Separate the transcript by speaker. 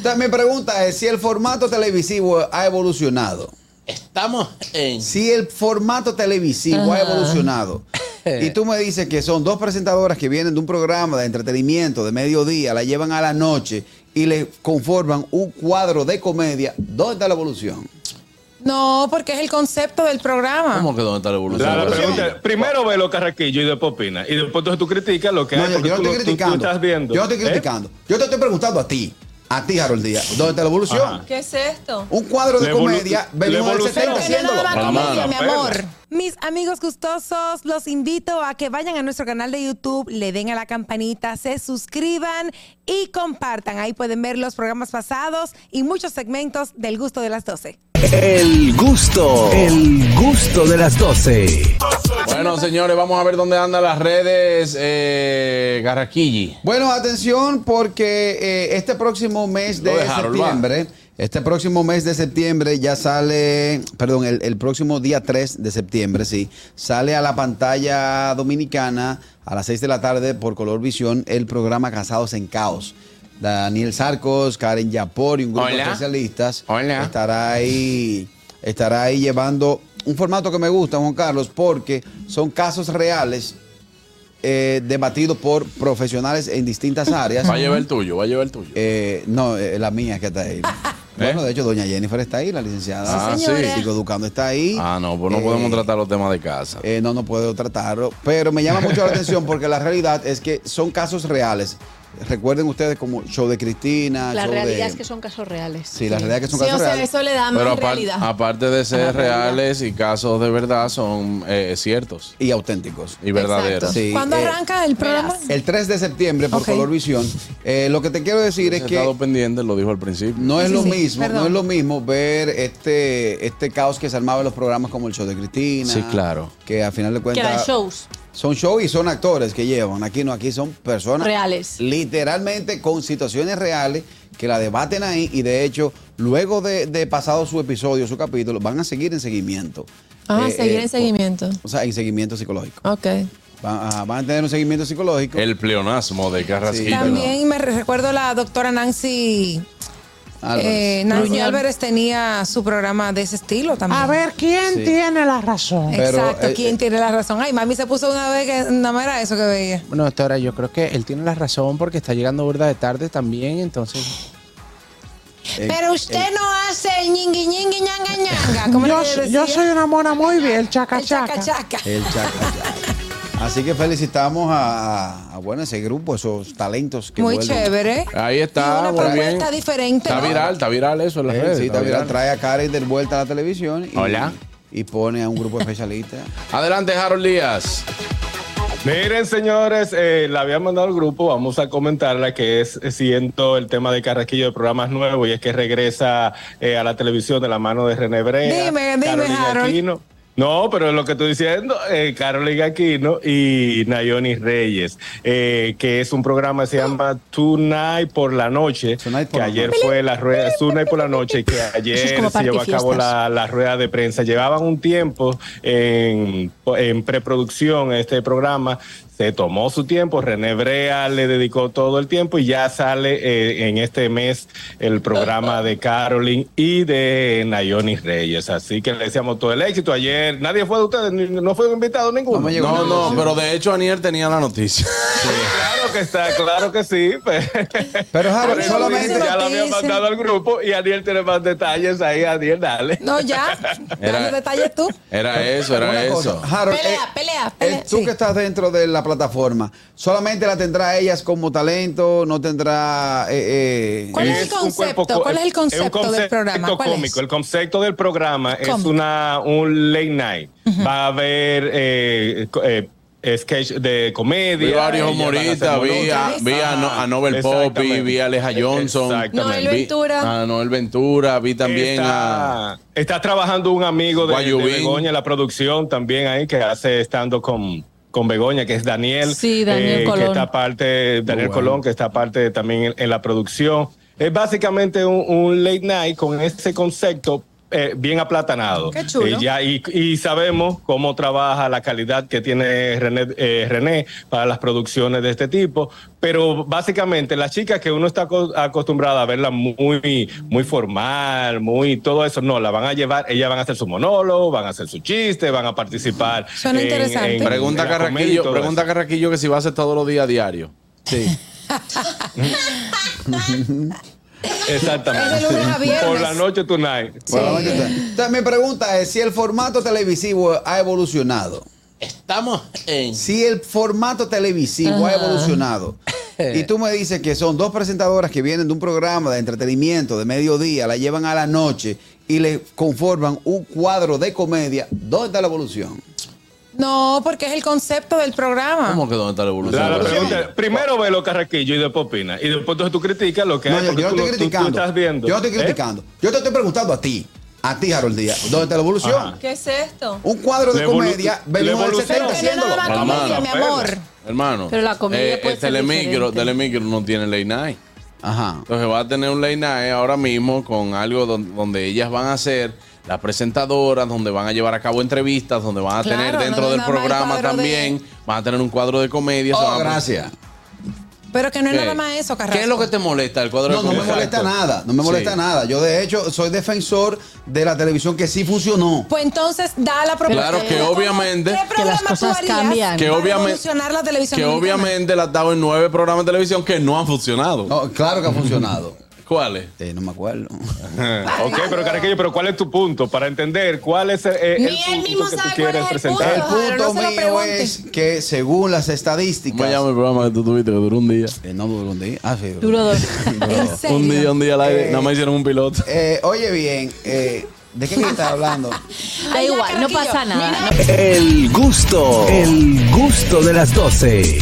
Speaker 1: Entonces, mi pregunta es si el formato televisivo ha evolucionado.
Speaker 2: Estamos en.
Speaker 1: Si el formato televisivo ha evolucionado. Y tú me dices que son dos presentadoras que vienen de un programa de entretenimiento de mediodía, la llevan a la noche y le conforman un cuadro de comedia. ¿Dónde está la evolución?
Speaker 3: No, porque es el concepto del programa.
Speaker 2: ¿Cómo que dónde está la evolución?
Speaker 4: La- la
Speaker 2: Pero-
Speaker 4: pregunta es, primero ve los carraquillos y después opina. Y después entonces tú criticas lo que
Speaker 1: No,
Speaker 4: hay
Speaker 1: yo,
Speaker 4: porque
Speaker 1: yo
Speaker 4: tú,
Speaker 1: no estoy
Speaker 4: lo- tú- tú
Speaker 1: criticando.
Speaker 4: estás viendo.
Speaker 1: Yo no estoy
Speaker 4: ¿Eh?
Speaker 1: criticando. Yo te estoy preguntando a ti. A ti, Harold Díaz. ¿Dónde está la evolución?
Speaker 4: Ajá.
Speaker 5: ¿Qué es esto?
Speaker 1: Un cuadro de
Speaker 4: La evolu-
Speaker 1: comedia.
Speaker 4: la
Speaker 1: Venimos del
Speaker 4: evolución.
Speaker 3: Pero
Speaker 1: 70
Speaker 3: que no
Speaker 1: haciéndolo.
Speaker 3: nada más
Speaker 2: Mamá,
Speaker 3: comedia,
Speaker 4: la
Speaker 3: mi
Speaker 4: pela.
Speaker 3: amor.
Speaker 6: Mis amigos gustosos, los invito a que vayan a nuestro canal de YouTube, le den a la campanita, se suscriban y compartan. Ahí pueden ver los programas pasados y muchos segmentos del gusto de las 12.
Speaker 7: El gusto, el gusto de las 12.
Speaker 2: Bueno, señores, vamos a ver dónde andan las redes eh, Garraquilli.
Speaker 1: Bueno, atención porque eh, este próximo mes de
Speaker 2: Lo dejaron, lo
Speaker 1: septiembre, este próximo mes de septiembre ya sale, perdón, el, el próximo día 3 de septiembre, sí, sale a la pantalla dominicana a las 6 de la tarde por Color Visión el programa Casados en Caos. Daniel Sarcos, Karen Yapor y un grupo de
Speaker 2: Hola.
Speaker 1: especialistas
Speaker 2: Hola.
Speaker 1: estará ahí, estará ahí llevando un formato que me gusta, Juan Carlos, porque son casos reales eh, debatido por profesionales en distintas áreas.
Speaker 2: Va a llevar el tuyo, va a llevar el tuyo.
Speaker 1: Eh, no, eh, la mía que está ahí. Bueno, de hecho, doña Jennifer está ahí, la licenciada.
Speaker 2: Ah, Sí, señora. sí.
Speaker 1: Psicoeducando está ahí.
Speaker 2: Ah, no, pues no
Speaker 1: Eh,
Speaker 2: podemos tratar los temas de casa.
Speaker 1: eh, no, no puedo tratarlo. Pero me llama mucho la atención porque la realidad es que son casos reales. Recuerden ustedes como show de Cristina.
Speaker 5: La
Speaker 1: show de-
Speaker 5: realidad es que son casos reales.
Speaker 1: Sí, la realidad es que
Speaker 5: Sí,
Speaker 1: son
Speaker 5: o
Speaker 1: casos
Speaker 5: sea,
Speaker 1: reales.
Speaker 5: eso le da más
Speaker 2: Pero apar-
Speaker 5: realidad.
Speaker 2: aparte de ser reales y casos de verdad, son eh, ciertos
Speaker 1: Y auténticos.
Speaker 2: y verdaderos.
Speaker 1: Sí,
Speaker 6: ¿Cuándo
Speaker 1: eh,
Speaker 6: arranca el programa?
Speaker 5: verás.
Speaker 1: El 3 de septiembre por
Speaker 6: Ok.
Speaker 1: Colorvisión. Eh, lo que te quiero decir es
Speaker 2: He
Speaker 1: que...
Speaker 2: estado pendiente, lo dijo al principio.
Speaker 1: No es
Speaker 6: Sí,
Speaker 1: lo
Speaker 6: sí,
Speaker 1: mismo,
Speaker 6: perdón.
Speaker 1: no es lo mismo ver este, este caos que se armaba en los programas como el show de Cristina.
Speaker 2: Sí, claro.
Speaker 1: Que al final de
Speaker 5: que
Speaker 1: cuentas.
Speaker 5: eran shows
Speaker 1: Son shows y son actores que llevan. Aquí no, aquí son personas.
Speaker 5: reales.
Speaker 1: Literalmente con situaciones reales que la debaten ahí y de hecho, luego de, de pasado su episodio, su capítulo, van a seguir en seguimiento.
Speaker 3: Ah, seguir en
Speaker 1: por-
Speaker 3: seguimiento.
Speaker 1: O sea, en seguimiento psicológico.
Speaker 3: Ok.
Speaker 1: Van, ajá, van a tener un seguimiento psicológico.
Speaker 2: El pleonasmo de Carrasquillo.
Speaker 6: También me re- recuerdo la doctora Nancy,
Speaker 1: Álvarez.
Speaker 6: eh, Nancy
Speaker 5: Álvarez.
Speaker 6: Álvarez tenía su programa de ese estilo también.
Speaker 8: A ver, ¿quién
Speaker 1: Sí.
Speaker 8: tiene la razón?
Speaker 1: pero,
Speaker 6: Exacto,
Speaker 1: eh,
Speaker 6: ¿quién
Speaker 1: eh,
Speaker 6: tiene la razón? Ay, mami se puso una vez que nada más era eso que veía.
Speaker 2: eh,
Speaker 9: Bueno, doctora, yo creo que él tiene la razón porque está llegando burda de tarde también, entonces.
Speaker 1: Eh,
Speaker 6: Pero usted no hace el ñingui ñingui ñanga ñanga. ¿Cómo
Speaker 8: Yo,
Speaker 6: le decía?
Speaker 8: yo soy una mona muy bien, el chaca
Speaker 6: El chaca
Speaker 8: chaca.
Speaker 6: chaca.
Speaker 2: Eh,
Speaker 1: El chaca, chaca. Así que felicitamos a, a, bueno, ese grupo, esos talentos que
Speaker 6: Muy
Speaker 1: vuelven.
Speaker 6: chévere.
Speaker 2: Ahí
Speaker 6: Y
Speaker 2: está,
Speaker 6: una
Speaker 2: muy bien.
Speaker 6: propuesta diferente.
Speaker 2: Está
Speaker 6: ¿no?
Speaker 2: viral, está viral eso en las
Speaker 1: Él,
Speaker 2: redes.
Speaker 1: sí,
Speaker 2: Eh, está
Speaker 1: también la
Speaker 2: viral.
Speaker 1: trae a Karen de vuelta a la televisión. Y,
Speaker 2: Hola.
Speaker 1: Y pone a un grupo especialista.
Speaker 2: Adelante, Harold Díaz.
Speaker 4: Miren, señores, eh, la había mandado al grupo, vamos a comentarla, que es, eh, siento, el tema de Carraquillo de programas nuevos, y es que regresa eh, a la televisión de la mano de René Brea.
Speaker 6: Dime, dime,
Speaker 4: Carolina
Speaker 6: Harold.
Speaker 4: Aquino. No, pero es lo que estoy diciendo, eh, Carolina Aquino y Nayoni Reyes, eh, que es un programa que se llama Tonight por la noche,
Speaker 1: Tonight por
Speaker 4: que
Speaker 1: la
Speaker 4: ayer
Speaker 1: noche.
Speaker 4: fue la rueda, Tonight por la noche, que
Speaker 5: Eso es
Speaker 4: ayer
Speaker 5: como
Speaker 4: se llevó a cabo
Speaker 5: partifiestas.
Speaker 4: la, a la rueda de prensa. Llevaban un tiempo en, en preproducción este programa. Se tomó su tiempo, René Brea le dedicó todo el tiempo y ya sale eh, en este mes el programa de Carolyn y de Nayonis Reyes. Así que le deseamos todo el éxito. Ayer nadie fue de ustedes, ni- no fue invitado ninguno.
Speaker 1: No me llegó.
Speaker 2: No, no,
Speaker 1: Sí.
Speaker 2: pero de hecho Aniel tenía la noticia.
Speaker 4: Claro que está, claro que sí.
Speaker 1: Pero
Speaker 6: Harold,
Speaker 4: Por eso
Speaker 6: solamente-
Speaker 4: ya lo había mandado al grupo y Aniel tiene más detalles ahí. Aniel, dale.
Speaker 6: No, ya. Dame detalles tú.
Speaker 2: Era eso, era
Speaker 1: Una cosa,
Speaker 2: eso.
Speaker 1: Harold,
Speaker 5: Pelea,
Speaker 1: eh,
Speaker 5: pelea,
Speaker 1: eh,
Speaker 5: pelea.
Speaker 1: tú
Speaker 6: Sí.
Speaker 1: que estás dentro de la plataforma, solamente la tendrá ellas como talento, no tendrá. eh, eh,
Speaker 6: ¿Cuál es el
Speaker 4: un
Speaker 6: concepto?
Speaker 4: cuerpo-
Speaker 6: ¿Cuál es el concepto del programa? ¿Cuál es?
Speaker 4: cómico. El concepto del programa es
Speaker 6: Cómico.
Speaker 4: una un late night. Va a haber eh, co- eh, sketch de comedia.
Speaker 2: Vi varios
Speaker 4: ellas van a hacer
Speaker 2: humoristas, vi a,
Speaker 4: monólogos.
Speaker 2: vi a, No- a Nobel Poppy,
Speaker 4: Exactamente.
Speaker 2: vi a Aleja Johnson,
Speaker 4: Exactamente.
Speaker 5: Noel Ventura.
Speaker 2: a Noel Ventura, vi también a...
Speaker 4: está, está trabajando un amigo de, de
Speaker 2: Guayubín.
Speaker 4: Begoña, la producción también ahí, que hace estando con, con Begoña, que es Daniel. eh,
Speaker 5: Sí, Daniel Colón.
Speaker 4: Que está parte, Daniel Colón, que está parte también en, en la producción. Es básicamente un, un late night con ese concepto, eh, bien aplatanado.
Speaker 6: Qué chulo.
Speaker 4: Eh, ya, y, y sabemos cómo trabaja la calidad que tiene René, eh, René para las producciones de este tipo, pero básicamente las chicas que uno está aco- acostumbrada a verlas muy, muy formal, muy todo eso, no, la van a llevar, ellas van a hacer su monólogo, van a hacer su chiste, van a participar.
Speaker 6: Suena interesante.
Speaker 2: Pregunta a
Speaker 4: la comedia y
Speaker 2: Carraquillo,
Speaker 4: todo
Speaker 2: pregunta a Carraquillo que si va a hacer todos los días diario.
Speaker 1: Sí.
Speaker 4: eso. Exactamente.
Speaker 6: Es de lunes a viernes.
Speaker 4: Por la noche tonight.
Speaker 1: Bueno, ahí está. Entonces, mi pregunta es si el formato televisivo ha evolucionado.
Speaker 10: Estamos en.
Speaker 1: Si el formato televisivo ha evolucionado. Y tú me dices que son dos presentadoras que vienen de un programa de entretenimiento de mediodía, la llevan a la noche y le conforman un cuadro de comedia. ¿Dónde está la evolución?
Speaker 3: No, porque es el concepto del
Speaker 5: Ah.
Speaker 3: programa.
Speaker 10: ¿Cómo que dónde está la evolución?
Speaker 4: La- la pregunta es, primero ve lo carraquillo y después opina. Y después entonces tú criticas lo que
Speaker 1: No,
Speaker 4: hay
Speaker 1: yo,
Speaker 4: porque
Speaker 1: yo no
Speaker 4: tú,
Speaker 1: estoy
Speaker 4: lo- tú- tú
Speaker 1: criticando.
Speaker 4: estás viendo.
Speaker 1: Yo no estoy
Speaker 4: ¿Eh?
Speaker 1: criticando. Yo te estoy preguntando a ti, a ti, Harold Díaz. ¿Dónde está la evolución?
Speaker 4: Ajá.
Speaker 5: ¿Qué es esto?
Speaker 1: Un cuadro de
Speaker 4: La evolu-
Speaker 1: comedia,
Speaker 4: la
Speaker 1: venimos del
Speaker 4: evolución.
Speaker 1: 70
Speaker 4: Pero
Speaker 6: que no
Speaker 1: haciéndolo.
Speaker 6: nada más
Speaker 10: Mamá,
Speaker 6: comedia,
Speaker 4: la
Speaker 6: mi
Speaker 4: perla.
Speaker 6: amor.
Speaker 2: Hermano.
Speaker 5: Pero la comida
Speaker 2: eh,
Speaker 5: puede
Speaker 2: el
Speaker 5: ser
Speaker 2: Telemicro,
Speaker 5: diferente.
Speaker 2: Telemicro no tiene late night.
Speaker 1: Ajá.
Speaker 2: Entonces va a tener un late night ahora mismo con algo don- donde, ellas van a ser las presentadoras, donde van a llevar a cabo entrevistas, donde van a
Speaker 3: Claro,
Speaker 2: tener
Speaker 3: no
Speaker 2: dentro
Speaker 3: nada
Speaker 2: del
Speaker 3: más el
Speaker 2: programa
Speaker 3: cuadro de-
Speaker 2: también, van a tener un cuadro de comedia. se van
Speaker 1: Oh,
Speaker 2: a-
Speaker 1: gracias.
Speaker 3: Pero que no es
Speaker 2: ¿Qué?
Speaker 3: nada más eso, Carrasco.
Speaker 2: ¿Qué es lo que te molesta el cuadro
Speaker 1: No,
Speaker 2: de
Speaker 1: no me
Speaker 2: comedia?
Speaker 1: molesta nada, no me molesta
Speaker 2: Sí.
Speaker 1: nada. Yo de hecho soy defensor de la televisión que sí funcionó.
Speaker 6: Pues entonces da la propuesta.
Speaker 2: Claro que obviamente-
Speaker 6: ¿Qué
Speaker 2: Que
Speaker 6: programa
Speaker 5: las
Speaker 6: tú
Speaker 5: cosas
Speaker 6: harías
Speaker 5: cambian.
Speaker 2: Que
Speaker 6: para
Speaker 2: obviamente,
Speaker 6: evolucionar la televisión
Speaker 2: que
Speaker 6: dominicana?
Speaker 2: obviamente la has dado en nueve programas de televisión que no han funcionado.
Speaker 1: No, claro que ha funcionado.
Speaker 2: ¿Cuáles?
Speaker 1: Eh, no me acuerdo.
Speaker 4: Ah, ok, pero Carraquillo, pero ¿cuál es tu punto? Para entender cuál es el, eh, el
Speaker 6: Ni él
Speaker 4: punto
Speaker 6: mismo
Speaker 4: que tú
Speaker 6: sabe cuál
Speaker 4: quieres
Speaker 6: es el
Speaker 4: presentar.
Speaker 1: El
Speaker 6: Pero no
Speaker 1: punto
Speaker 6: se lo
Speaker 1: mío
Speaker 6: pregunte.
Speaker 1: es que según las
Speaker 2: ¿Cómo se
Speaker 1: estadísticas.
Speaker 2: llama el programa que tú tuviste que duró un día?
Speaker 1: Eh, no duró un día. Ah, sí, duró.
Speaker 5: Duro dos.
Speaker 6: En serio.
Speaker 2: Un día, un día al aire.
Speaker 1: Eh,
Speaker 2: Nada más hicieron un piloto.
Speaker 1: Eh, oye bien, eh, ¿de qué que estás hablando?
Speaker 5: Da igual, no pasa nada.
Speaker 7: El gusto, el gusto de las 12.